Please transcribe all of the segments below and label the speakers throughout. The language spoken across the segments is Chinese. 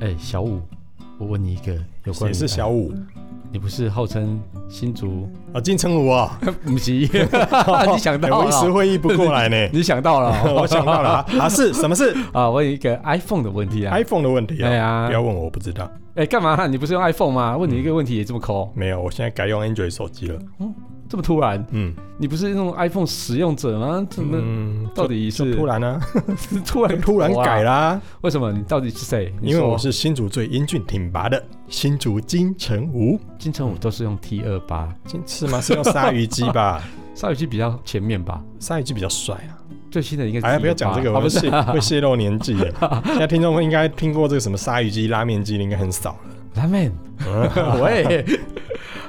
Speaker 1: 哎、小五，我问你一个有关
Speaker 2: 也是小
Speaker 1: 五，
Speaker 2: 五
Speaker 1: 你不是号称新 竹
Speaker 2: 啊，金城武啊，
Speaker 1: 母鸡？ 你想到
Speaker 2: 哎我一时
Speaker 1: 了？
Speaker 2: 会意不过来呢
Speaker 1: 。你想到了？哦
Speaker 2: 我想到了啊，啊是什么是
Speaker 1: 啊！我有一个 iPhone 的问题啊！
Speaker 2: iPhone 的问题
Speaker 1: 哎
Speaker 2: 啊？
Speaker 1: 呀
Speaker 2: 不要问我，我不知道。
Speaker 1: 哎，干嘛？你不是用 iPhone 吗？问
Speaker 2: 嗯
Speaker 1: 你一个问题也这么抠，
Speaker 2: 没有，我现在改用 Android 手机了。
Speaker 1: 这么突然？
Speaker 2: 嗯
Speaker 1: 你不是那种 iPhone 使用者吗？怎么
Speaker 2: 嗯，
Speaker 1: 到底
Speaker 2: 就是突然啊，
Speaker 1: 突然
Speaker 2: 突然改
Speaker 1: 了？
Speaker 2: 啦，
Speaker 1: 为什么？你到底是谁？你
Speaker 2: 因为
Speaker 1: 说
Speaker 2: 我是新竹最英俊挺拔的新竹金城武，
Speaker 1: 金城武都是用 T 二八，
Speaker 2: 金是吗？是用鲨鱼机吧？
Speaker 1: 鲨鱼机比较前面吧？
Speaker 2: 鲨鱼机比较帅啊！
Speaker 1: 最新的应该是
Speaker 2: 哎呀，
Speaker 1: T28
Speaker 2: 不要讲 这个，
Speaker 1: 啊
Speaker 2: 我
Speaker 1: 不
Speaker 2: 们
Speaker 1: 是
Speaker 2: 泄会泄露年纪耶。现在听众应该听过这个什么鲨鱼机、拉面机的应该很少了。
Speaker 1: 拉面， 喂，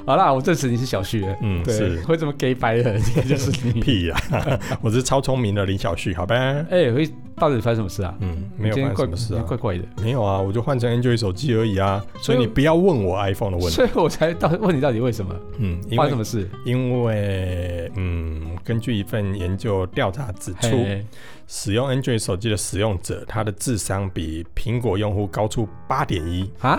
Speaker 1: 好啦，我证实你是小旭了。
Speaker 2: 嗯，
Speaker 1: 对，
Speaker 2: 是
Speaker 1: 会这么 gay 白 的，应该就是你。
Speaker 2: 屁啦， 我是超聪明的林小旭，好吧？
Speaker 1: 哎，会到底发生什么事啊？
Speaker 2: 嗯，没有
Speaker 1: 今天
Speaker 2: 发生
Speaker 1: 怪
Speaker 2: 什么事
Speaker 1: 今天
Speaker 2: 啊
Speaker 1: 怪。怪的，
Speaker 2: 没有啊，我就换成 Android 手机而已啊，所以你不要问我 iPhone 的问题。
Speaker 1: 所以我才到问你到底为什么
Speaker 2: 嗯，因
Speaker 1: 发生什
Speaker 2: 为
Speaker 1: 么事？
Speaker 2: 因为嗯，根据一份研究调查指出，
Speaker 1: 嘿
Speaker 2: 使用 Android 手机的使用者，他的智商比苹果用户高出八点一。
Speaker 1: 啊，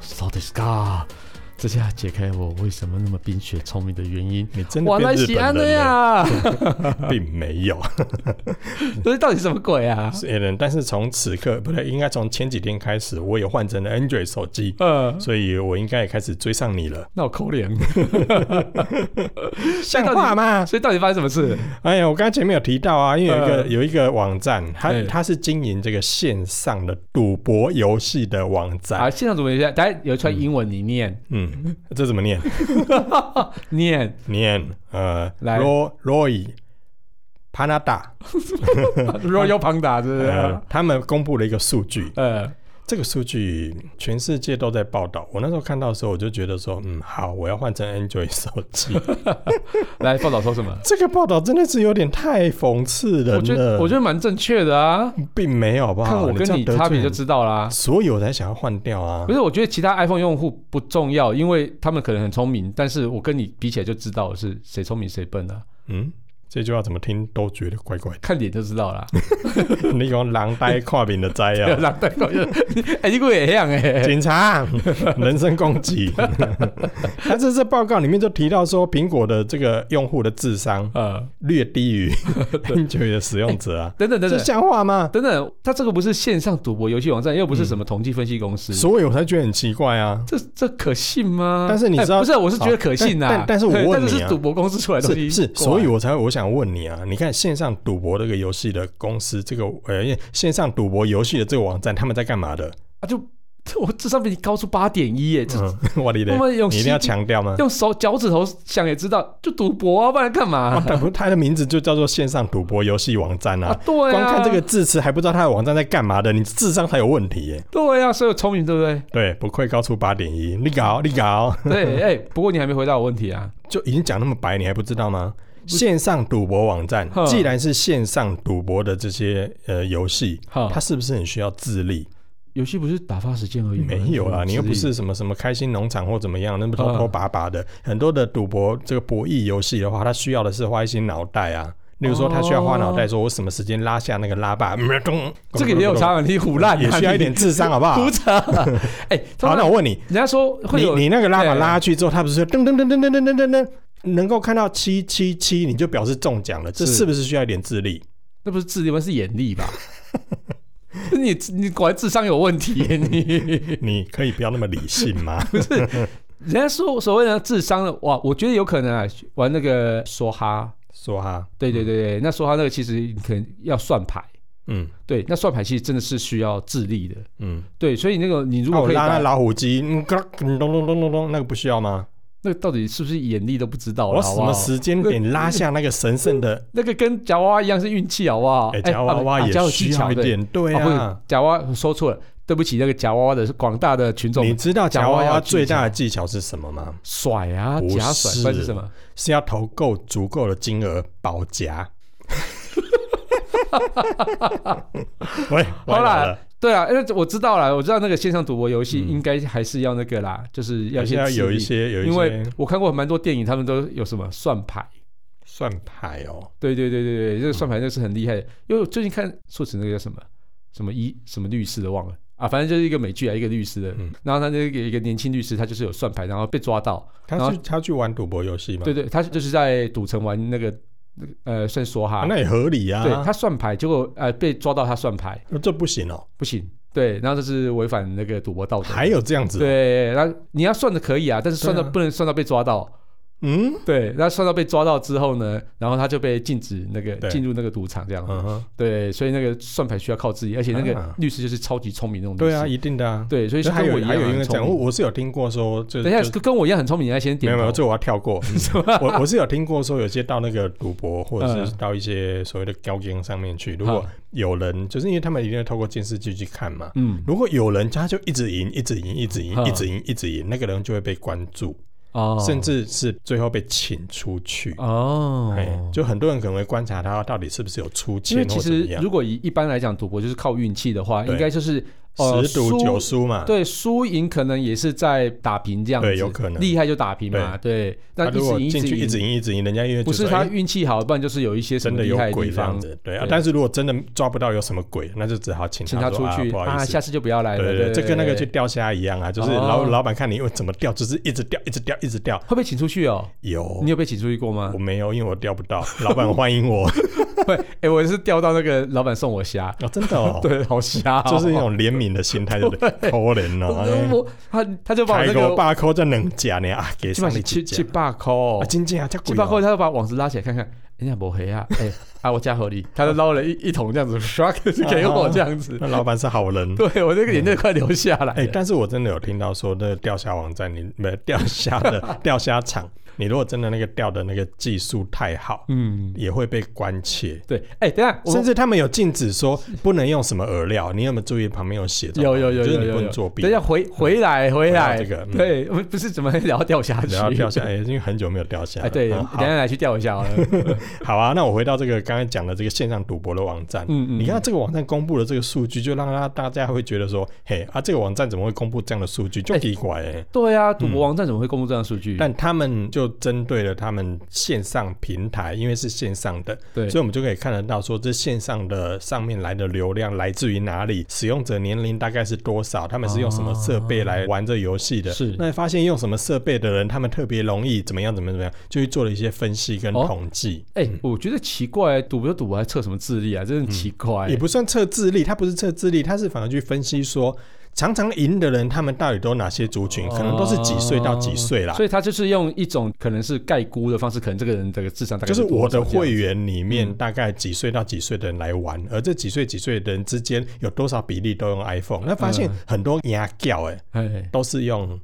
Speaker 1: So this guy，这下解开我为什么那么冰雪聪明的原因。
Speaker 2: 你真的
Speaker 1: 哇，
Speaker 2: 变
Speaker 1: 蛮
Speaker 2: 日
Speaker 1: 喜安
Speaker 2: 本
Speaker 1: 的
Speaker 2: 人了，
Speaker 1: 呀！
Speaker 2: 并没有。
Speaker 1: 这是到底什么鬼啊？
Speaker 2: 是但是从此刻不对，应该从前几天开始，我也换成了 Android 手机，
Speaker 1: 呃，
Speaker 2: 所以我应该也开始追上你了。
Speaker 1: 那我抠 脸，
Speaker 2: 像话嘛！
Speaker 1: 所以到底发生什么事？
Speaker 2: 哎呀，我刚才前面有提到啊，因为有一个、
Speaker 1: 呃
Speaker 2: 有一个网站，它、
Speaker 1: 哎
Speaker 2: 它是经营这个线上的赌博游戏的网站。
Speaker 1: 啊，现场怎么一下？大家有一串英文，你念
Speaker 2: 嗯，这怎么念？
Speaker 1: 念，
Speaker 2: 念呃
Speaker 1: 来
Speaker 2: ，Roy Roy Panada，
Speaker 1: Royal Panda 是不是
Speaker 2: 呃？，他们公布了一个数据，
Speaker 1: 呃，
Speaker 2: 这个数据全世界都在报道。我那时候看到的时候，我就觉得说，嗯，好，我要换成 Android 手 机。
Speaker 1: 来报道说什么？
Speaker 2: 这个报道真的是有点太讽刺人了。啊
Speaker 1: 我觉得我觉得蛮正确的啊，
Speaker 2: 并没有，好不好？
Speaker 1: 看我跟
Speaker 2: 这样
Speaker 1: 你
Speaker 2: 得罪
Speaker 1: 差别就
Speaker 2: 人
Speaker 1: 知道啦。
Speaker 2: 所以我才想要换掉啊
Speaker 1: 不。是，我觉得其他 iPhone 用户不重要，因为他们可能很聪明，但是我跟你比起来就知道是谁聪明谁笨啊，
Speaker 2: 嗯，这句话怎么听都觉得怪怪的。
Speaker 1: 看脸就知道啦。
Speaker 2: 你讲狼呆跨饼的灾啊！
Speaker 1: 让对方就，哎，你跟我也一样哎，
Speaker 2: 警察，人身攻 击。但是这报告里面就提到说，苹果的这个用户的智商
Speaker 1: 呃，
Speaker 2: 略 低于 Android 的使用者啊，
Speaker 1: 等等等
Speaker 2: 这
Speaker 1: 等。
Speaker 2: 像话吗？
Speaker 1: 等等，他这个不是线上赌博游戏网站，又
Speaker 2: 嗯
Speaker 1: 不是什么统计分析公司，
Speaker 2: 所以我才觉得很奇怪啊。
Speaker 1: 这这可信吗？
Speaker 2: 但是你
Speaker 1: 哎
Speaker 2: 知道
Speaker 1: 不是，我是觉得可信呐、
Speaker 2: 但但但是我问
Speaker 1: 但
Speaker 2: 你啊
Speaker 1: 是是赌博公司出来的东西
Speaker 2: 是是，
Speaker 1: 过来
Speaker 2: 所以我才我想问你啊，你看线上赌博这个游戏的公司，这个呃线上赌博游戏的这个网站，他们在干嘛的？
Speaker 1: 啊就我智商比你高出八点一耶，这、
Speaker 2: 嗯，我的嘞
Speaker 1: 我，们用
Speaker 2: 你一定要
Speaker 1: 吸
Speaker 2: 强调吗？
Speaker 1: 用手脚趾头想也知道，就赌博啊，不然干嘛
Speaker 2: 啊，
Speaker 1: 啊？
Speaker 2: 但不是它的名字就叫做线上赌博游戏网站啊。
Speaker 1: 对啊，
Speaker 2: 光看这个字词还不知道它的网站在干嘛的，你智商才有问题耶。
Speaker 1: 对啊，所以我聪明对不 对？嗯
Speaker 2: 对，不愧高出八点一，你搞你搞，
Speaker 1: 对，哎、不过你还没回答我问题啊，
Speaker 2: 就已经讲那么白，你还不知道吗？线上赌博网站
Speaker 1: 哼，
Speaker 2: 既然是线上赌博的这些呃游戏，
Speaker 1: 好
Speaker 2: 它，是不是很需要智力？
Speaker 1: 游戏不是打发时间而已吗，
Speaker 2: 没有啊啦，你又不是什么什么开心农场或怎么样，那么偷偷拔拔的。很多的赌博这个博弈游戏的话，它需要的是花一些脑袋啊。例如说，他需要花脑袋，说我什么时间拉下那个拉把，嗯咚
Speaker 1: 这个也有差，你胡乱、啊，
Speaker 2: 也需要一点智商，好不好？
Speaker 1: 胡扯。哎、
Speaker 2: 好，那我问你，
Speaker 1: 人家说会
Speaker 2: 你
Speaker 1: 有
Speaker 2: 你那个拉把
Speaker 1: 对
Speaker 2: 拉下去之后，它不是噔噔噔噔噔噔噔噔噔，能够看到七七七，你就表示中奖了，这
Speaker 1: 是
Speaker 2: 是不是需要一点智力？
Speaker 1: 那不是智力吗？是眼力吧？ 你你果然智商有问题耶，你
Speaker 2: 你可以不要那么理性吗？
Speaker 1: 人家说所谓的智商的哇，我觉得有可能啊，玩那个梭哈，
Speaker 2: 说哈，
Speaker 1: 对对对对，那梭哈那个其实可能要算牌，
Speaker 2: 嗯
Speaker 1: 对，那算牌其实真的是需要智力的，
Speaker 2: 嗯，
Speaker 1: 对，所以那个你如
Speaker 2: 那
Speaker 1: 果
Speaker 2: 我
Speaker 1: 哦可以
Speaker 2: 哦拉那
Speaker 1: 打，
Speaker 2: 老虎机，嗯，咯嗯咚咚咚咚咚，那个不需要吗？
Speaker 1: 那个到底是不是眼力都不知道
Speaker 2: 我
Speaker 1: 了，
Speaker 2: 什
Speaker 1: 好不好
Speaker 2: 么？时间点拉下那个神圣的？
Speaker 1: 那个跟夹娃娃一样是运气，好不好？
Speaker 2: 哎，夹娃娃
Speaker 1: 啊
Speaker 2: 也
Speaker 1: 夹有技
Speaker 2: 需要
Speaker 1: 巧
Speaker 2: 一
Speaker 1: 的
Speaker 2: 点，对
Speaker 1: 啊，不是
Speaker 2: 啊。
Speaker 1: 夹娃娃说错了，对不起，那个夹娃娃的是广大的群众
Speaker 2: 你知道夹
Speaker 1: 夹娃
Speaker 2: 娃
Speaker 1: 娃
Speaker 2: 娃
Speaker 1: 要
Speaker 2: 最
Speaker 1: 技巧
Speaker 2: 大的技巧是什么吗？
Speaker 1: 甩啊，
Speaker 2: 不
Speaker 1: 夹甩，
Speaker 2: 是
Speaker 1: 不然是什么？
Speaker 2: 是要投够足够的金额保 夹。喂，
Speaker 1: 好
Speaker 2: 歪
Speaker 1: 啦
Speaker 2: 楼了，
Speaker 1: 对啊，因为我知道了，我知道那个线上赌博游戏应该还是要那个啦，就是要
Speaker 2: 要
Speaker 1: 一些
Speaker 2: 嗯要
Speaker 1: 智
Speaker 2: 有一
Speaker 1: 力，
Speaker 2: 些有一
Speaker 1: 因为
Speaker 2: 些
Speaker 1: 我看过蛮多电影，他们都有什么算牌。
Speaker 2: 算牌哦，
Speaker 1: 对对对对对，这个算牌那个是很厉害的。因为我最近看硕子那个叫什么什么医什么律师的忘了啊，反正就是一个美剧啊，一个律师的。
Speaker 2: 嗯
Speaker 1: 然后他那个一个年轻律师，他就是有算牌，然后被抓到。然
Speaker 2: 他
Speaker 1: 后
Speaker 2: 去他去玩赌博游戏吗？
Speaker 1: 对对，他就是在赌城玩那个那个呃算梭哈。
Speaker 2: 啊，那也合理
Speaker 1: 对
Speaker 2: 啊
Speaker 1: 他，算牌，结果呃被抓到他算牌
Speaker 2: 这不行哦，
Speaker 1: 不行，对，然后这是违反那个赌博道德。
Speaker 2: 还有这样子，
Speaker 1: 对，然后你要算的可以啊，但是算到、
Speaker 2: 对啊
Speaker 1: 不能算到被抓到。
Speaker 2: 嗯
Speaker 1: 对，那算到被抓到之后呢，然后他就被禁止那个
Speaker 2: 对
Speaker 1: 进入那个赌场这样子。
Speaker 2: 嗯哼，
Speaker 1: 对，所以那个算牌需要靠自己，而且那个
Speaker 2: 啊
Speaker 1: 律师就是超级聪明那种律师。
Speaker 2: 对啊，一定的啊。
Speaker 1: 对，所以
Speaker 2: 可
Speaker 1: 是
Speaker 2: 是还
Speaker 1: 跟我
Speaker 2: 有
Speaker 1: 一
Speaker 2: 还有
Speaker 1: 样
Speaker 2: 一个
Speaker 1: 很
Speaker 2: 讲，
Speaker 1: 聪
Speaker 2: 我
Speaker 1: 明。
Speaker 2: 我是有听过说，就
Speaker 1: 等一下，
Speaker 2: 就
Speaker 1: 跟我一样很聪明，你要先
Speaker 2: 没
Speaker 1: 点
Speaker 2: 有
Speaker 1: 头。
Speaker 2: 没有，这我要 跳过。我我是有听过说，有些到那个赌博或者是
Speaker 1: 嗯
Speaker 2: 到一些所谓的高game 上面去，如果有人就是因为他们一定会透过监视器去看嘛，
Speaker 1: 嗯，
Speaker 2: 如果有人他就一直赢，一直赢，一直赢，
Speaker 1: 嗯
Speaker 2: 一直赢，一直赢，那个人就会被关注，
Speaker 1: 哦，
Speaker 2: 甚至是最后被请出去。
Speaker 1: 哦
Speaker 2: 哎，，就很多人可能会观察他到底是不是有出
Speaker 1: 因为
Speaker 2: 钱
Speaker 1: 其
Speaker 2: 或怎么
Speaker 1: 实
Speaker 2: 样，
Speaker 1: 如果以一般来讲，赌博就是靠运气的话，
Speaker 2: 对
Speaker 1: 应该就是呃
Speaker 2: 十赌
Speaker 1: 输
Speaker 2: 九输嘛。
Speaker 1: 对输赢可能也是在打平这样子，
Speaker 2: 对有可能
Speaker 1: 厉害就打平嘛，对。
Speaker 2: 他
Speaker 1: 那一
Speaker 2: 如果
Speaker 1: 直赢
Speaker 2: 进去一直
Speaker 1: 赢，
Speaker 2: 赢一直赢，人家因为
Speaker 1: 不是他运气好，不然就是有一些什
Speaker 2: 哎真
Speaker 1: 么
Speaker 2: 的
Speaker 1: 厉
Speaker 2: 有
Speaker 1: 害的
Speaker 2: 鬼
Speaker 1: 地
Speaker 2: 这样
Speaker 1: 方，
Speaker 2: 子，对啊
Speaker 1: 对。
Speaker 2: 但是如果真的抓不到有什么鬼，那就只好请
Speaker 1: 请
Speaker 2: 他
Speaker 1: 他出
Speaker 2: 说
Speaker 1: 去
Speaker 2: 啊、不好意思。
Speaker 1: 下次就不要来了。
Speaker 2: 对
Speaker 1: 对，
Speaker 2: 这跟那个
Speaker 1: 对
Speaker 2: 去钓虾一样啊，就是
Speaker 1: 哦
Speaker 2: 老、老板看你因为怎么钓，就是一直钓，一直钓，一直钓。
Speaker 1: 会被请出去哦。
Speaker 2: 有
Speaker 1: 你，有被请出去过吗
Speaker 2: 我？没有，因为我钓不到。老板欢 迎我，
Speaker 1: 对，哎、我是钓到那个老板送我虾，
Speaker 2: 哦、真的哦，
Speaker 1: 对，好虾、哦，
Speaker 2: 就是一种怜悯的心态，对 不对？可怜
Speaker 1: 我
Speaker 2: 哦，
Speaker 1: 我他他就把我
Speaker 2: 开
Speaker 1: 那
Speaker 2: 个
Speaker 1: 个
Speaker 2: 八扣在冷夹呢啊，给
Speaker 1: 基本上
Speaker 2: 上你
Speaker 1: 是七
Speaker 2: 几
Speaker 1: 七
Speaker 2: 夹
Speaker 1: 八块哦
Speaker 2: 啊，，真正啊，这
Speaker 1: 七
Speaker 2: 贵
Speaker 1: 八块，
Speaker 2: 哦。
Speaker 1: 他就把网子拉起来看看，人家不黑啊， 哎、啊我加合理，他就捞了一一桶这样子刷就是给我这样 子，
Speaker 2: 那老板是好人。
Speaker 1: 对我这个眼泪快流下来
Speaker 2: 哎、
Speaker 1: 了。
Speaker 2: 但是我真的有听到说，那个钓虾网站你，没有钓虾 的钓虾场，你如果真的那个钓的那个技术太好，
Speaker 1: 嗯，
Speaker 2: 也会被关切。
Speaker 1: 对，哎、等一下，我
Speaker 2: 甚至他们有禁止说不能用什么饵料，你有没有注意旁边有写着？
Speaker 1: 有有有
Speaker 2: 就是
Speaker 1: 有
Speaker 2: 你不
Speaker 1: 有有
Speaker 2: 能作弊。
Speaker 1: 等一下回回来回来，
Speaker 2: 回到这个嗯
Speaker 1: 对，我们不是怎么聊到掉下去，
Speaker 2: 然后钓虾，哎、因为很久没有钓虾
Speaker 1: 哎、
Speaker 2: 了。
Speaker 1: 对，等
Speaker 2: 嗯
Speaker 1: 一
Speaker 2: 好
Speaker 1: 下来去钓一下 好了。
Speaker 2: 好啊，那我回到这个刚才讲的这个线上赌博的网站，
Speaker 1: 嗯嗯
Speaker 2: 你看这个网站公布的这个数据，就让他大家会觉得说，嘿啊，这个网站怎么会公布这样的数据，就
Speaker 1: 哎
Speaker 2: 奇怪哎、欸。
Speaker 1: 对啊，赌博网站怎么会公布这样的数据？
Speaker 2: 但他们就针对了他们线上平台，因为是线上的，
Speaker 1: 对
Speaker 2: 所以我们就可以看得到说，这线上的上面来的流量来自于哪里，使用者年龄大概是多少，他们是用什么设备来玩这游戏的。
Speaker 1: 哦是
Speaker 2: 那发现用什么设备的人，他们特别容易怎么样怎么样怎么样，就去做了一些分析跟
Speaker 1: 哦
Speaker 2: 统计。
Speaker 1: 哎、我觉得奇怪，赌博就赌博，还测什么智力啊？真的很奇怪、
Speaker 2: 也不算测智力，它不是测智力，它是反而去分析说，常常赢的人他们到底都哪些族
Speaker 1: 哦
Speaker 2: 群，可能都是几岁到几岁啦。
Speaker 1: 所以他就是用一种可能是概估的方式，可能这个人的智商大概
Speaker 2: 就是我的会
Speaker 1: 员
Speaker 2: 员里面
Speaker 1: 嗯
Speaker 2: 大概几岁到几岁的人来玩，而这几岁几岁的人之间有多少比例都用 iPhone？那发现
Speaker 1: 嗯
Speaker 2: 很多牙掉哎
Speaker 1: 哎
Speaker 2: 都是用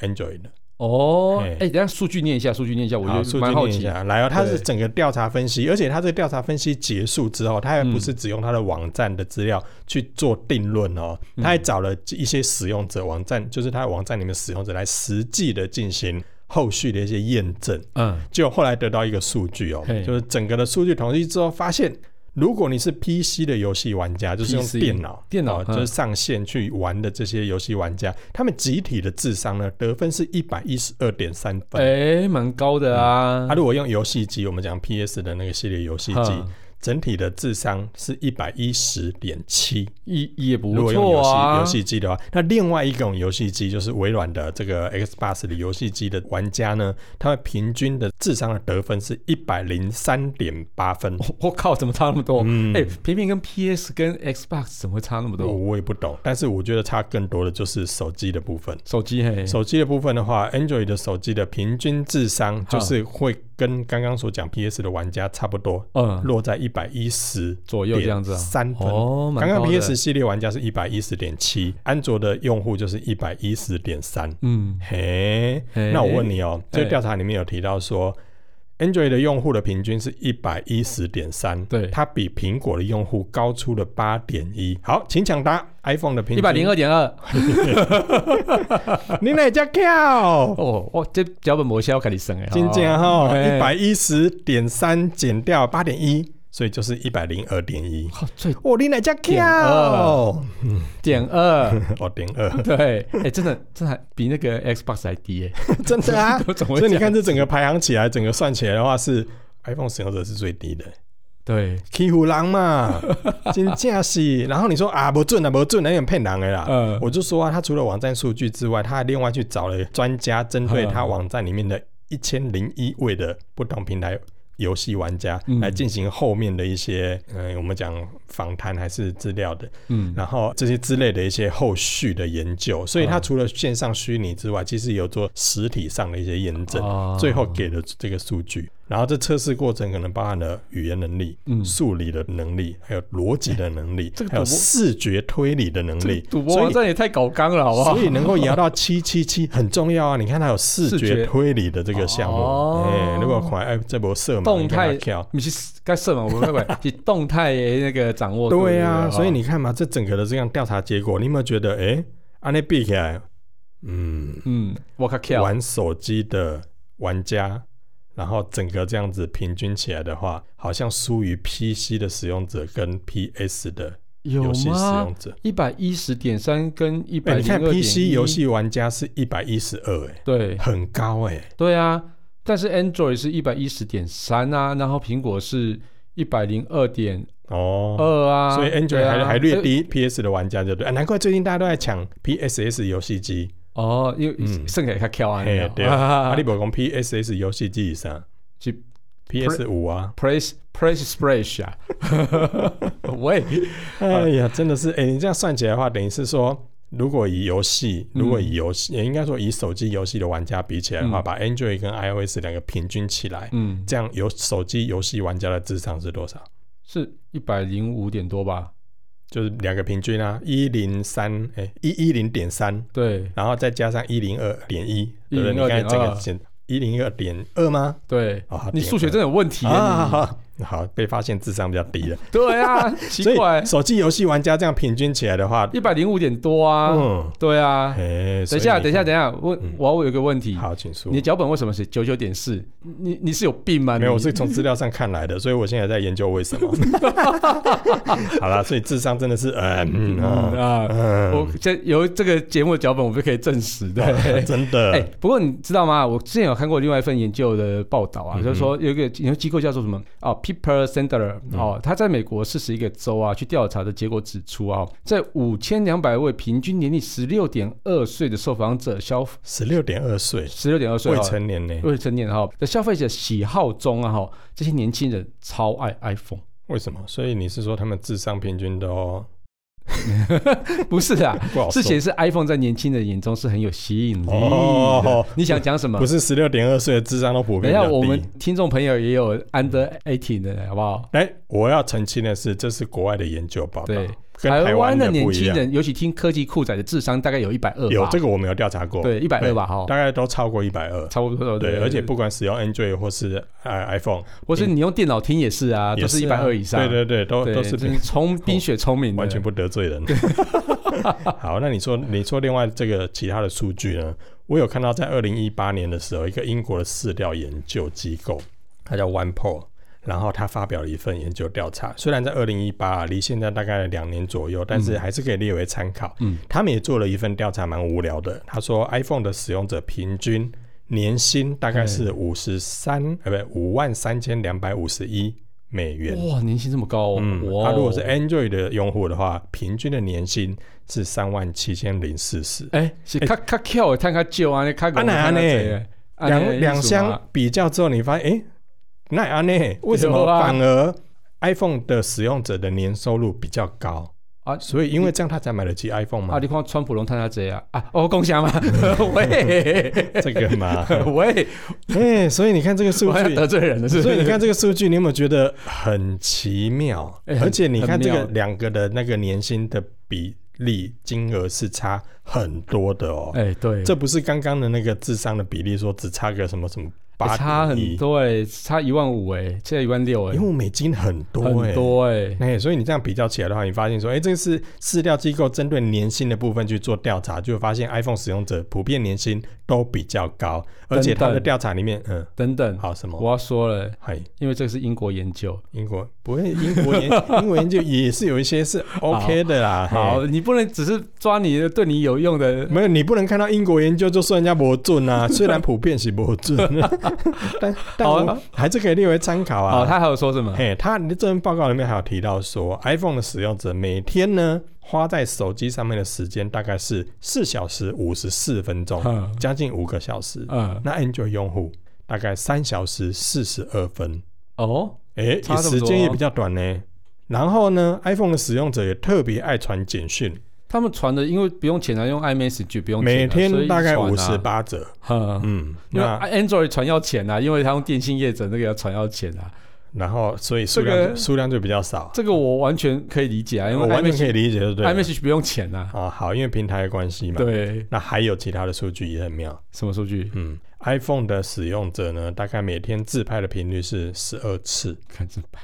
Speaker 2: Android 的。
Speaker 1: 哦
Speaker 2: 哎
Speaker 1: 哎、等一下数据念一下，数据念一下，我
Speaker 2: 好，
Speaker 1: 就
Speaker 2: 数
Speaker 1: 蛮
Speaker 2: 据
Speaker 1: 好
Speaker 2: 念一
Speaker 1: 奇。
Speaker 2: 下，来哦，它是
Speaker 1: 对
Speaker 2: 整个调查分析，而且它这个调查分析结束之后，它还
Speaker 1: 嗯
Speaker 2: 不是只用它的网站的资料去做定论哦，
Speaker 1: 嗯
Speaker 2: 它还找了一些使用者网站，就是它的网站里面使用者来实际的进行后续的一些验证。
Speaker 1: 嗯，
Speaker 2: 就后来得到一个数据哦
Speaker 1: 嘿，
Speaker 2: 就是整个的数据统计之后发现，如果你是 PC 的游戏玩家，就是用
Speaker 1: PC
Speaker 2: 电脑
Speaker 1: 电脑
Speaker 2: 哦
Speaker 1: 嗯
Speaker 2: 就是上线去玩的这些游戏玩家，他们集体的智商呢得分是一百一十二点三
Speaker 1: 哎、
Speaker 2: 分。
Speaker 1: 蛮高的啊。
Speaker 2: 啊，如果用游戏机，我们讲 PS 的那个系列游戏机
Speaker 1: 嗯，
Speaker 2: 整体的智商是一百一十点七。
Speaker 1: 也也不
Speaker 2: 如果用游
Speaker 1: 错
Speaker 2: 戏
Speaker 1: 啊。
Speaker 2: 游戏机的话，那另外一种游戏机就是微软的这个 Xbox 的游戏机的玩家呢，他们平均的智商的得分是一百零三点八分。
Speaker 1: 我 靠，怎么差那么多？哎、
Speaker 2: 嗯哦
Speaker 1: 偏偏跟 PS 跟 Xbox 怎么会差那么
Speaker 2: 我
Speaker 1: 多？
Speaker 2: 我也不懂，但是我觉得差更多的就是手机的部分。
Speaker 1: 手机嘿，
Speaker 2: 手机的部分的话，Android 的手机的平均智商就是会跟刚刚所讲 PS 的玩家差不多，
Speaker 1: 嗯，
Speaker 2: 落在一百一十
Speaker 1: 左右
Speaker 2: 点
Speaker 1: 这样子啊。
Speaker 2: 三分。
Speaker 1: 哦，蛮
Speaker 2: 刚刚
Speaker 1: 高的
Speaker 2: PS 系列玩家是一百一十点七，安卓的用户就是一百一十点三。
Speaker 1: 嗯，
Speaker 2: 嘿，
Speaker 1: 嘿
Speaker 2: 那我问你哦、这
Speaker 1: 嘿
Speaker 2: 个调查里面有提到说，Android 的用户的平均是一百一十点三，
Speaker 1: 对
Speaker 2: 它比苹果的用户高出了八点一。好，请抢答，iPhone 的平均
Speaker 1: 一百零
Speaker 2: 二，
Speaker 1: 二点二。
Speaker 2: 你哪家跳？
Speaker 1: 哦， 哦，这脚本模削给你生哎，
Speaker 2: 真正啊哈，
Speaker 1: 嘿
Speaker 2: 一百一十点三减掉八点一，所以就是一百零二点一。
Speaker 1: 哦最
Speaker 2: 哦，你哪家
Speaker 1: 点二
Speaker 2: 跳？
Speaker 1: 点二，
Speaker 2: 哦，点二，
Speaker 1: 对，哎，真的，真的还比那个 Xbox 还低哎，。
Speaker 2: 真的啊
Speaker 1: 我怎么会
Speaker 2: 所以你
Speaker 1: 这样
Speaker 2: 看，这整个排行起来，整个算起来的话是 iPhone 使用者是最低的。
Speaker 1: 对，
Speaker 2: 欺负人嘛， 真正是。然后你说啊，不准啊，不准啊，有点骗人的啦。
Speaker 1: 嗯
Speaker 2: 我就说啊，他除了网站数据之外，他还另外去找了专家，针对他网站里面
Speaker 1: 呃
Speaker 2: 的一千零一位的不同平台游戏玩家、
Speaker 1: 嗯
Speaker 2: 来进行后面的一些，嗯、我们讲访谈还是资料的，
Speaker 1: 嗯，
Speaker 2: 然后这些之类的一些后续的研究。所以
Speaker 1: 啊
Speaker 2: 他除了线上虚拟之外，其实有做实体上的一些验证。
Speaker 1: 哦
Speaker 2: 最后给了这个数据，然后这测试过程可能包含了语言能力、
Speaker 1: 嗯
Speaker 2: 数理的能力，还有逻辑的能 力，
Speaker 1: 这个赌博
Speaker 2: 还有视觉推理的能力。
Speaker 1: 赌博网站也太搞纲了，好不好？
Speaker 2: 所以能够摇到七七七很重要啊！你看它有视
Speaker 1: 视觉
Speaker 2: 觉推理的这个项目，哎、
Speaker 1: 哦
Speaker 2: 如果快哎这波射门
Speaker 1: 动
Speaker 2: 你看它
Speaker 1: 态
Speaker 2: 跳，
Speaker 1: 你是该射嘛？我 们会是动态的那个掌握度。
Speaker 2: 对啊，
Speaker 1: 不
Speaker 2: 所以你看嘛，这整个的这样调查结果，你有没有觉得哎，安内比起来，嗯，
Speaker 1: 嗯，我靠跳，
Speaker 2: 玩手机的玩家，然后整个这样子平均起来的话，好像输于 PC 的使用者跟 PS 的
Speaker 1: 有
Speaker 2: 游戏使
Speaker 1: 吗
Speaker 2: 用？者。
Speaker 1: 一百一十点三跟一
Speaker 2: 哎、
Speaker 1: 百
Speaker 2: 你看
Speaker 1: 零二
Speaker 2: PC 游，戏玩家是一百一十二，哎，
Speaker 1: 对
Speaker 2: 很高哎、
Speaker 1: 对啊，但是 Android 是一百一十点三啊，然后苹果是一百零二点
Speaker 2: 哦。
Speaker 1: 二啊，
Speaker 2: 所以 Android
Speaker 1: 对啊
Speaker 2: 还、还略低 PS 的玩家，对不对？啊，难怪最近大家都在抢 PSS 游戏机。
Speaker 1: 哦，因为
Speaker 2: 嗯
Speaker 1: 剩下较跳啊，
Speaker 2: 嘿对 啊，
Speaker 1: 啊
Speaker 2: 你不讲 PSS 游戏机以上
Speaker 1: 是
Speaker 2: ，PS 五啊，
Speaker 1: ，Press Press Splash 啊，喂，
Speaker 2: 哎呀，真的是，哎、你这样算起来的话，等于是说，如果以游戏，
Speaker 1: 嗯
Speaker 2: 如果以游戏，也应该说以手机游戏的玩家比起来的话，
Speaker 1: 嗯
Speaker 2: 把 Android 跟 iOS 两个平均起来，
Speaker 1: 嗯，
Speaker 2: 这样有手机游戏玩家的智商是多少？
Speaker 1: 是一百零五点多吧？
Speaker 2: 就是两个平均啊，一零三，哎，一一零点三，
Speaker 1: 对
Speaker 2: 然后再加上一零二点一，对不对？你
Speaker 1: 102.2
Speaker 2: 看整个减一零二点二吗？
Speaker 1: 对，
Speaker 2: 啊，
Speaker 1: 你
Speaker 2: 点
Speaker 1: 数学
Speaker 2: 二
Speaker 1: 真的有问题啊！
Speaker 2: 啊，
Speaker 1: 你
Speaker 2: 好好好被发现智商比较低了，
Speaker 1: 对 啊，奇怪，
Speaker 2: 手机游戏玩家这样平均起来的话，
Speaker 1: 一百零五点多啊！
Speaker 2: 嗯，
Speaker 1: 对啊，
Speaker 2: 哎，
Speaker 1: 等一下，等一
Speaker 2: 下。
Speaker 1: 下，等一下，问
Speaker 2: 嗯
Speaker 1: 我我有个问题，
Speaker 2: 好，请说。
Speaker 1: 你的脚本为什么写九九点四？你你是有病吗？
Speaker 2: 没有，
Speaker 1: 你
Speaker 2: 我是从资料上看来的，所以我现在在研究为什么。 好啦，所以智商真的是，呃嗯，
Speaker 1: 嗯
Speaker 2: 哦
Speaker 1: 啊，我
Speaker 2: 嗯，
Speaker 1: 这由这个节目的脚本，我们就可以证实的。对
Speaker 2: 哦真的，
Speaker 1: 哎、不过你知道吗？我之前有看过另外一份研究的报道啊，
Speaker 2: 嗯哼
Speaker 1: 就是说有一个研究机构叫做什么哦，Piper Sandler
Speaker 2: 嗯
Speaker 1: 哦，他在美国四十一个州啊去调查的结果指出啊，在五千两百位平均年龄十六点二岁的受访者消
Speaker 2: 十六点二岁，
Speaker 1: 十六点二岁
Speaker 2: 未
Speaker 1: 哦
Speaker 2: 成年呢？
Speaker 1: 未成年哈的消费者喜好中啊哈，这些年轻人超爱 iPhone，
Speaker 2: 为什么？所以你是说他们智商平均都
Speaker 1: 不是啊，
Speaker 2: 不好
Speaker 1: 是
Speaker 2: 哦说？
Speaker 1: 显示 iPhone 在年轻人眼中是很有吸引力的。
Speaker 2: 哦
Speaker 1: 你想讲什么
Speaker 2: 不？是十六点二岁的智商都普
Speaker 1: 等
Speaker 2: 遍
Speaker 1: 一
Speaker 2: 比
Speaker 1: 下，
Speaker 2: 较低。
Speaker 1: 我们听众朋友也有 under eighteen 的，好不好？
Speaker 2: 哎，我要澄清的是，这是国外的研究报告
Speaker 1: 对，
Speaker 2: 跟台
Speaker 1: 湾
Speaker 2: 的
Speaker 1: 年
Speaker 2: 不一
Speaker 1: 轻
Speaker 2: 样。
Speaker 1: 人，尤其听科技酷仔的智商大概有一百二吧，
Speaker 2: 有这个我没有调查过，
Speaker 1: 对一百二吧，哈，
Speaker 2: 大概都超过一百二。
Speaker 1: 差不多
Speaker 2: 对，而且，不管使用 Android 或是呃 iPhone，
Speaker 1: 或是你用电脑听也是啊，
Speaker 2: 也
Speaker 1: 都是一百
Speaker 2: 啊
Speaker 1: 二以上，
Speaker 2: 对对对，都
Speaker 1: 对，
Speaker 2: 都是哦
Speaker 1: 真是聪冰雪聪明的，
Speaker 2: 完全不得罪人。 好，那你说你说另外这个其他的数据呢？我有看到在二零一八年的时候，一个英国的市调研究机构，它叫 OnePoll，然后它发表了一份研究调查，虽然在二零一八啊离现在大概两年左右，但是还是可以列为参考。
Speaker 1: 嗯，
Speaker 2: 他们也做了一份调查，蛮无聊的。他说 iPhone 的使用者平均年薪大概是五十三，呃，不，五万三千两百五十一美元。
Speaker 1: 哇，年薪这么高哦，
Speaker 2: 嗯，
Speaker 1: 哇
Speaker 2: 那、如果是 Android 的用户的话，平均的年薪是三万七千零四十。
Speaker 1: 哎，是卡卡跳，看卡旧啊，卡
Speaker 2: 啊哪样呢
Speaker 1: 啊
Speaker 2: 两两相比较之后，你发现，哎、那安内为什么
Speaker 1: 对啊
Speaker 2: 反而 iPhone 的使用者的年收入比较高？
Speaker 1: 啊
Speaker 2: 所以因为这样他才买得起 iPhone 嘛
Speaker 1: 啊，，你看川普龙探他这啊啊，哦，共享嘛，喂
Speaker 2: 这个嘛，
Speaker 1: 喂，
Speaker 2: 哎，所以你看这个数
Speaker 1: 我还要
Speaker 2: 据，
Speaker 1: 得罪人了，是不
Speaker 2: 所
Speaker 1: 是？
Speaker 2: 以你看这个数据，你有没有觉得很奇妙？
Speaker 1: 哎很
Speaker 2: 而且你看这
Speaker 1: 很
Speaker 2: 个
Speaker 1: 妙
Speaker 2: 两个的那个年薪的比例金额是差很多的哦。
Speaker 1: 哎，对，
Speaker 2: 这不是刚刚的那个智商的比例，说只差个什么什么八、
Speaker 1: 哎差很。多哎，差一万五哎，现在一万六哎
Speaker 2: 因，为美金很多、欸，
Speaker 1: 很。多哎，
Speaker 2: 哎、所以你这样比较起来的话，你发现说，哎、这个是饲料机构针对年薪的部分去做调查，就会发现 iPhone 使用者普遍年薪都比较高，而且它
Speaker 1: 等
Speaker 2: 的
Speaker 1: 等
Speaker 2: 调查里面，嗯，
Speaker 1: 等等，
Speaker 2: 好什么？
Speaker 1: 我要说了，
Speaker 2: 嗨，
Speaker 1: 因为这个是英国研究。
Speaker 2: 英国不会，英国研英国研究 也是有一些是 OK 的啦。
Speaker 1: 好，
Speaker 2: 嘿，
Speaker 1: 你不能只是抓你的对你有用的，
Speaker 2: 没有你不能看到英国研究就说人家不准啊，虽然普遍是不 准，但但
Speaker 1: 好啊
Speaker 2: 我还是可以列为参考啊。
Speaker 1: 哦，他还有说什么？
Speaker 2: 嘿，他这份报告里面还有提到说，iPhone 的使用者每天呢花在手机上面的时间大概是四小时五十四分钟，
Speaker 1: 嗯
Speaker 2: 将近五个小时。
Speaker 1: 嗯，
Speaker 2: 那 Android 用户大概三小时四十二分，
Speaker 1: 哦，
Speaker 2: 哎、
Speaker 1: 差这么
Speaker 2: 时
Speaker 1: 多
Speaker 2: 间也比较短呢。然后呢，iPhone 的使用者也特别爱传简讯，
Speaker 1: 他们传的，因为不用钱啊，用 iMessage 不用钱啊、
Speaker 2: 每
Speaker 1: 所以
Speaker 2: 天大概
Speaker 1: 传
Speaker 2: 五
Speaker 1: 啊
Speaker 2: 十。八折。
Speaker 1: 嗯，
Speaker 2: 嗯，
Speaker 1: 因为
Speaker 2: 那
Speaker 1: Android 传要钱啊，因为他用电信业者那个要传要钱啊，
Speaker 2: 然后所以数
Speaker 1: 这
Speaker 2: 量
Speaker 1: 个
Speaker 2: 数量就比较少，
Speaker 1: 这个我完全可以理解啊，因为
Speaker 2: 我完全可以理解，对不对嗯了？
Speaker 1: iMessage 不用钱啊。
Speaker 2: 啊，好，因为平台的关系嘛。
Speaker 1: 对，
Speaker 2: 那还有其他的数据也很妙。
Speaker 1: 什么数据？
Speaker 2: 嗯，iPhone 的使用者呢，大概每天自拍的频率是十二次，
Speaker 1: 看这白，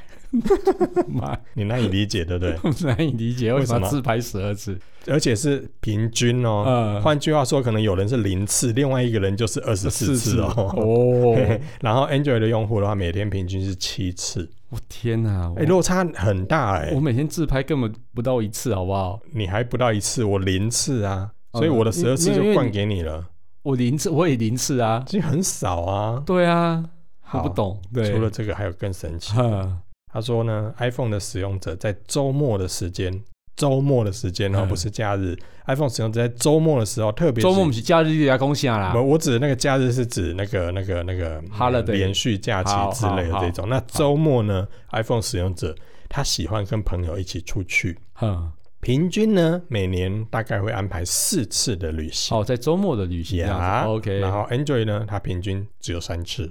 Speaker 1: 妈，
Speaker 2: 你难以理解，对不 对？
Speaker 1: 难以理解为什
Speaker 2: 为什
Speaker 1: 么
Speaker 2: 么
Speaker 1: 要自拍十二次？
Speaker 2: 而且是平均哦。
Speaker 1: 嗯，
Speaker 2: 换句话说，可能有人是零次，另外一个人就是二十四次 哦。
Speaker 1: 哦，
Speaker 2: 然后 Android 的用户的话，每天平均是七次，
Speaker 1: 我天哪！
Speaker 2: 哎、
Speaker 1: 我
Speaker 2: 落差很大哎、
Speaker 1: 我每天自拍根本不到一次，好不好？
Speaker 2: 你还不到一次，我零次啊，
Speaker 1: 哦
Speaker 2: 所以我的十二次
Speaker 1: 因为
Speaker 2: 就灌给你了，
Speaker 1: 我零次，我也零次啊。
Speaker 2: 其实很少啊。
Speaker 1: 对啊，我
Speaker 2: 好
Speaker 1: 不。懂。对，
Speaker 2: 除了这个，还有更神奇。
Speaker 1: 哈
Speaker 2: 他说呢，iPhone 的使用者在周末的时间，周末的时间哦，
Speaker 1: 嗯
Speaker 2: 不是假日，iPhone 使用者在周末的时候，特别是
Speaker 1: 周末我们去假日来恭喜啊啦
Speaker 2: 不，。我指的那个假日是指那个那个那个
Speaker 1: Holiday
Speaker 2: 连续假期
Speaker 1: 好
Speaker 2: 之类的
Speaker 1: 好
Speaker 2: 这种。那周末呢，iPhone 使用者他喜欢跟朋友一起出去，
Speaker 1: 哼，
Speaker 2: 平均呢每年大概会安排四次的旅行。
Speaker 1: 哦，在周末的旅行这样子。
Speaker 2: 呀
Speaker 1: OK，
Speaker 2: 然后 Android 呢，它平均只有三次，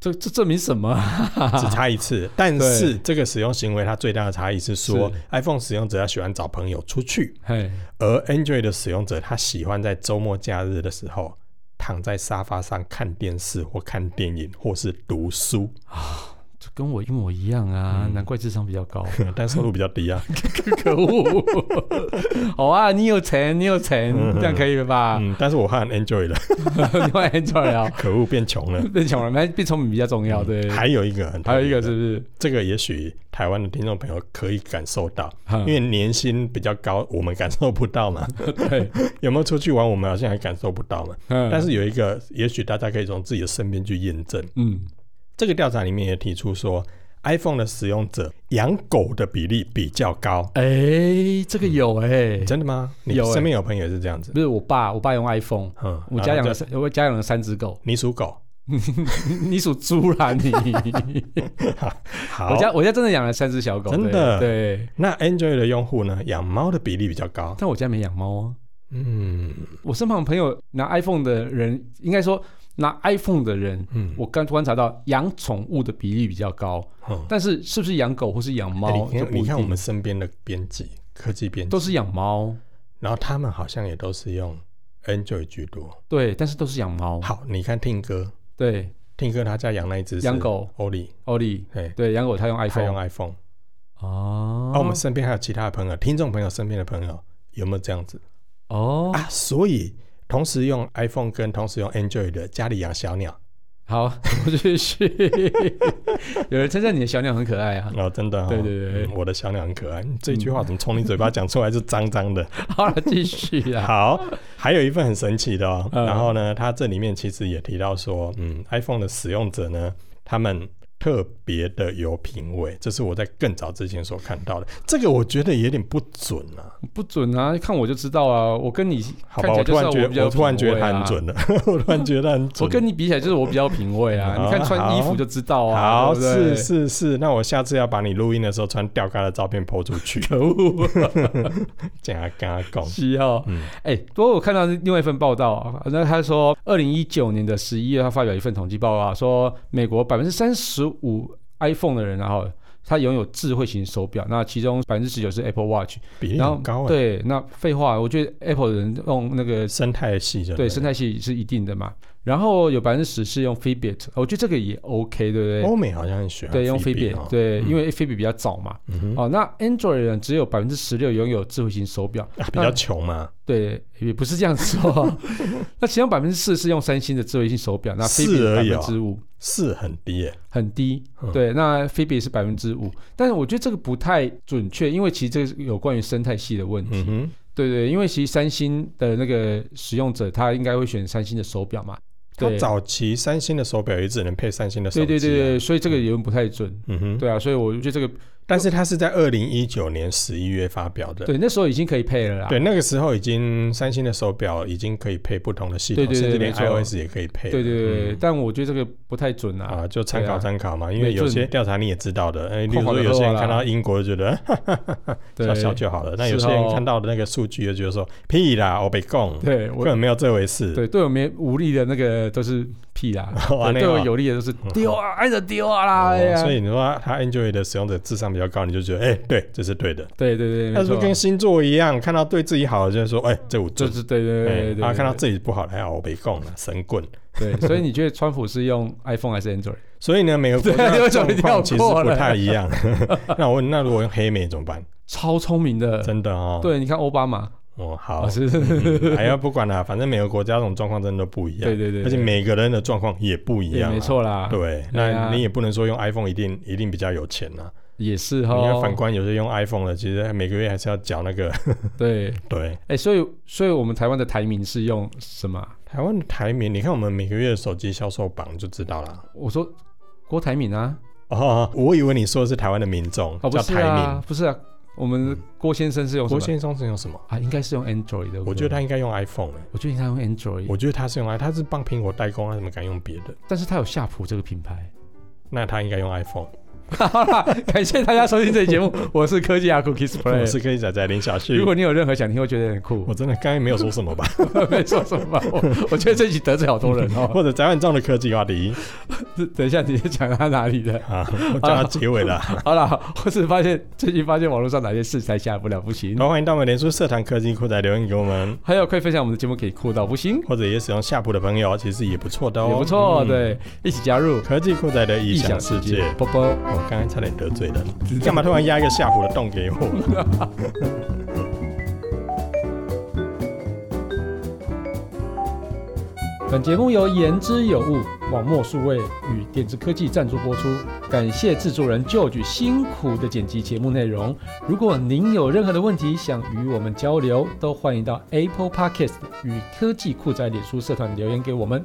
Speaker 1: 这这证明什么 啊？
Speaker 2: 只差一次。但是这个使用行为，它最大的差异是说
Speaker 1: 是
Speaker 2: ，iPhone 使用者他喜欢找朋友出去，
Speaker 1: 嘿，
Speaker 2: 而 Android 的使用者，他喜欢在周末假日的时候躺在沙发上看电视或看电影，或是读书，
Speaker 1: 这跟我一模一样啊，
Speaker 2: 嗯
Speaker 1: 难怪智商比较高。
Speaker 2: 但收入比较 低啊。
Speaker 1: 可恶！好啊，你有钱，你有钱，
Speaker 2: 嗯
Speaker 1: 这样可以了吧？
Speaker 2: 嗯，但是我看 Android 了，
Speaker 1: 你换 Android 啊，
Speaker 2: 可恶，变穷了。
Speaker 1: 变穷人，变变聪明比较重要，对。
Speaker 2: 还有一个很特别的，
Speaker 1: 还有一个是不是？
Speaker 2: 这个，也许台湾的听众朋友可以感受到，
Speaker 1: 哼
Speaker 2: 因为年薪比较高，我们感受不到嘛。
Speaker 1: 对，
Speaker 2: 有没有出去玩，我们好像还感受不到嘛。但
Speaker 1: 但
Speaker 2: 是有一个，也许大家可以从自己的身边去验证。
Speaker 1: 嗯，
Speaker 2: 这个调查里面也提出说，iPhone 的使用者养狗的比例比较高。
Speaker 1: 哎，这个有哎，
Speaker 2: 真的吗？你
Speaker 1: 有欸
Speaker 2: 身边有朋友也是这样子？
Speaker 1: 不是我爸，我爸用 iPhone，
Speaker 2: 嗯，
Speaker 1: 我家
Speaker 2: 然
Speaker 1: 养
Speaker 2: 后
Speaker 1: 了
Speaker 2: 就
Speaker 1: 三，我家养了三只 狗。
Speaker 2: 你属狗，
Speaker 1: 你属猪啦你！
Speaker 2: 好
Speaker 1: 我家我家真的养了三只小狗，
Speaker 2: 真
Speaker 1: 对
Speaker 2: 的
Speaker 1: 对。
Speaker 2: 那 Android 的用户呢，养猫的比例比较高。
Speaker 1: 但我家没养猫啊。
Speaker 2: 嗯
Speaker 1: 我身旁朋友拿 iPhone 的人，应该说拿 iPhone 的人，
Speaker 2: 嗯，
Speaker 1: 我刚观察到养宠物的比例比较高，
Speaker 2: 嗯
Speaker 1: 但是是不是养狗或是养
Speaker 2: 哎
Speaker 1: 猫
Speaker 2: 你
Speaker 1: 就
Speaker 2: 看
Speaker 1: 不一
Speaker 2: 你看我
Speaker 1: 定。
Speaker 2: 们身边的编辑，科技编辑
Speaker 1: 都，是养猫，
Speaker 2: 然后他们好像也都是用 Android 居多。
Speaker 1: 对，但是都是养猫，
Speaker 2: 好，你看听哥，
Speaker 1: 对，
Speaker 2: 听哥他家养那一只是
Speaker 1: 养狗
Speaker 2: 欧里，
Speaker 1: 欧丽，
Speaker 2: 哎，
Speaker 1: 对，养狗他用
Speaker 2: 他
Speaker 1: iPhone，
Speaker 2: 用 iPhone。
Speaker 1: 哦，
Speaker 2: 啊，我们身边还有其他的朋友，听众朋友身边的朋友有没有这样子
Speaker 1: 哦，
Speaker 2: 啊？所以同时用 iPhone 跟同时用 Android 的，家里养小鸟
Speaker 1: 好， 我继续。有人称赞你的小鸟很可爱啊。
Speaker 2: 哦，真的哦，
Speaker 1: 对对对嗯
Speaker 2: 嗯我的小鸟很可爱，这句话怎么从你嘴巴讲出来是脏脏的？
Speaker 1: 好了，继续 啊。
Speaker 2: 好，还有一份很神奇的哦。
Speaker 1: 嗯
Speaker 2: 然后呢，它这里面其实也提到说，嗯，iPhone 的使用者呢，他们特别的有品味，这是我在更早之前所看到的。这个我觉得有点不准啊，
Speaker 1: 不准啊！看我就知道啊，我跟你
Speaker 2: 好
Speaker 1: 看
Speaker 2: 吧？
Speaker 1: 起来就
Speaker 2: 我突
Speaker 1: 是
Speaker 2: 然
Speaker 1: 比
Speaker 2: 觉得，
Speaker 1: 较
Speaker 2: 我
Speaker 1: 有
Speaker 2: 突然觉得
Speaker 1: 品味
Speaker 2: 他
Speaker 1: 啊
Speaker 2: 很准了， 我突然觉得他很准。
Speaker 1: 我跟你比起来，就是我比较有品味啊！
Speaker 2: 好
Speaker 1: 你看穿衣服就知道啊，
Speaker 2: 好，
Speaker 1: 对不对，
Speaker 2: 是是是，那我下次要把你录音的时候穿吊嘎的照片抛出去
Speaker 1: 可 恶，啊
Speaker 2: 加嘎拱。
Speaker 1: 七号。
Speaker 2: 嗯，
Speaker 1: 哎、不过我看到另外一份报道啊，那他说，二零一九年的十一月，他发表一份统计报告、啊，说美国百分之三十五 iPhone 的人、啊，然后他拥有智慧型手表，那其中百分之十九是 Apple Watch，
Speaker 2: 比例
Speaker 1: 然后
Speaker 2: 很高、欸，，
Speaker 1: 对，那废话，我觉得 Apple 的人用那个
Speaker 2: 生态系就
Speaker 1: 对生态系是一定的嘛，然后有百分之十是用 Fitbit，我觉得这个也 OK，对不对？
Speaker 2: 欧美好像很喜欢
Speaker 1: 对，用
Speaker 2: Fitbit，
Speaker 1: Fitbit，
Speaker 2: 哦，
Speaker 1: 对，
Speaker 2: 嗯
Speaker 1: 因为 Fitbit 比较早嘛。
Speaker 2: 嗯哼
Speaker 1: 哦，那 Android 的人只有百分之十六拥有智慧型手表，
Speaker 2: 啊比较穷嘛，
Speaker 1: 对，也不是这样 说。那其中百分之四是用三星的智慧型手表，那 Fitbit
Speaker 2: 4而
Speaker 1: 百
Speaker 2: 已哦
Speaker 1: 分之五
Speaker 2: 是很低耶、
Speaker 1: 很低
Speaker 2: 嗯，
Speaker 1: 对，那 Fitbit 是百分之五，但是我觉得这个不太准确，因为其实这个有关于生态系的问题。
Speaker 2: 嗯哼，
Speaker 1: 对对，因为其实三星的那个使用者，他应该会选三星的手表嘛。
Speaker 2: 它
Speaker 1: 对
Speaker 2: 早期三星的手表也只能配三星的手机、
Speaker 1: 对
Speaker 2: 啊，
Speaker 1: 对对对，所以这个言论不太准。
Speaker 2: 嗯哼，
Speaker 1: 对啊，所以我觉得这个
Speaker 2: 但是它是在二零一九年十一月发表的。
Speaker 1: 对那时候已经可以配了啦。
Speaker 2: 对，那个时候已经三星的手表已经可以配不同的系统，
Speaker 1: 对对对
Speaker 2: 甚至连
Speaker 1: 没错
Speaker 2: iOS 也可以配了。
Speaker 1: 对对对，
Speaker 2: 嗯
Speaker 1: 但我觉得这个不太准啊。
Speaker 2: 啊，就参
Speaker 1: 对
Speaker 2: 考
Speaker 1: 啊
Speaker 2: 参考嘛，因为
Speaker 1: 没
Speaker 2: 有
Speaker 1: 准
Speaker 2: 些调查你也知道的，哎，例如
Speaker 1: 晃
Speaker 2: 说
Speaker 1: 晃就
Speaker 2: 有些人
Speaker 1: 够了
Speaker 2: 看到英国就觉得 哈哈哈哈
Speaker 1: 对
Speaker 2: 笑笑就好了，那
Speaker 1: 是
Speaker 2: 有些人
Speaker 1: 哦
Speaker 2: 看到的那个数据就觉得说屁啦，我被供，根
Speaker 1: 对我
Speaker 2: 本没有这回事。
Speaker 1: 对对我没无力的那个都是屁 啦，
Speaker 2: 哦安
Speaker 1: 对
Speaker 2: 内
Speaker 1: 对我
Speaker 2: 哦
Speaker 1: 有力的都是丢啊，按着丢啊啦。哎
Speaker 2: 哦
Speaker 1: 呀
Speaker 2: 所以你说它 Android 的使用者智商比较高，你就觉得哎，对，这是对的。
Speaker 1: 对对对，
Speaker 2: 但
Speaker 1: 没
Speaker 2: 是
Speaker 1: 错
Speaker 2: 不，跟星座一样，看到对自己好的就是说，哎，这我
Speaker 1: 就
Speaker 2: 准。
Speaker 1: 是对对对对
Speaker 2: 哎
Speaker 1: 对，
Speaker 2: 啊，看到自己不好的，哎呀，我被供了，神棍。
Speaker 1: 对，所以你觉得川普是用 iPhone 还是 Android？
Speaker 2: 所以呢，每个国 家
Speaker 1: 对
Speaker 2: 的
Speaker 1: 有种
Speaker 2: 状
Speaker 1: 一定
Speaker 2: 况
Speaker 1: 要
Speaker 2: 其实
Speaker 1: 过
Speaker 2: 不
Speaker 1: 了
Speaker 2: 太一样。 那我问，那如果用黑莓怎么办？
Speaker 1: 超聪明的，
Speaker 2: 真的哦，，
Speaker 1: 对，你看奥巴马，
Speaker 2: 哦，好
Speaker 1: 啊，，是是，
Speaker 2: 嗯哎呀，不管了，反正每个国家这种状况真的都不一样，
Speaker 1: 对对对，
Speaker 2: 而且
Speaker 1: 对
Speaker 2: 每个人的状况也不一
Speaker 1: 也
Speaker 2: 样、啊
Speaker 1: 没，错啦，
Speaker 2: 对，
Speaker 1: 对
Speaker 2: 那
Speaker 1: 啊
Speaker 2: 你也不能说用 iPhone 一定一定比较有钱呐、
Speaker 1: 也是
Speaker 2: 你看
Speaker 1: 哈
Speaker 2: 反，观有些用 iPhone 的，其实每个月还是要缴那个，
Speaker 1: 对，
Speaker 2: 对。
Speaker 1: 哎，所以所以我们台湾的台名是用什么啊？
Speaker 2: 台湾的台棉，你看我们每个月的手机销售榜就知道啦。
Speaker 1: 我说郭台铭啊，
Speaker 2: 哦，我以为你说的是台湾的民众、
Speaker 1: 哦，不
Speaker 2: 叫
Speaker 1: 是
Speaker 2: 台
Speaker 1: 啊
Speaker 2: 民。，
Speaker 1: 不是啊，我们郭先生是用什
Speaker 2: 郭
Speaker 1: 么
Speaker 2: 先生是用什么？
Speaker 1: 啊？应该是用 Android 的，
Speaker 2: 我觉得他应该用 iPhone 欸
Speaker 1: 我觉得他用 Android，
Speaker 2: 我觉得他是用 i，他是帮苹果代工，他怎么敢用别的？
Speaker 1: 但是他有夏普这个品牌。
Speaker 2: 那他应该用 iPhone。
Speaker 1: 好啦，感谢大家收听这期节 目，我是科技阿酷 Kiss
Speaker 2: 我
Speaker 1: Play。
Speaker 2: 是跟仔仔林小旭
Speaker 1: 如。果你有任何想听，会觉得很酷
Speaker 2: 我，真的刚才没有说什么吧？
Speaker 1: 没说什么吧，我我觉得这集得罪好多人 哦。
Speaker 2: 或者宅晚中的科技话题
Speaker 1: 等一下你讲他哪里的？
Speaker 2: 啊，我叫他结尾了。
Speaker 1: 好啦，或是发现最近发现网络上哪些事才下不了不行
Speaker 2: 然，后欢迎到我们脸书社团科技酷仔留言给我们，
Speaker 1: 还有可以分享我们的节目给酷到不行，
Speaker 2: 或者也使用夏普的朋友，其实也不错的哦，
Speaker 1: 也不错，
Speaker 2: 嗯。
Speaker 1: 对，一起加入
Speaker 2: 科技酷仔的异想世界，
Speaker 1: 波波。
Speaker 2: 我刚才差点得罪人，你干嘛突然压一个夏普的洞给我？
Speaker 1: 本节目由言之有物、网墨数位与电子科技赞助播出，感谢制作人 George 辛苦的剪辑节目内容。如果您有任何的问题想与我们交流，都欢迎到 Apple Podcast 与科技酷宅脸书社团留言给我们。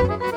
Speaker 3: Thank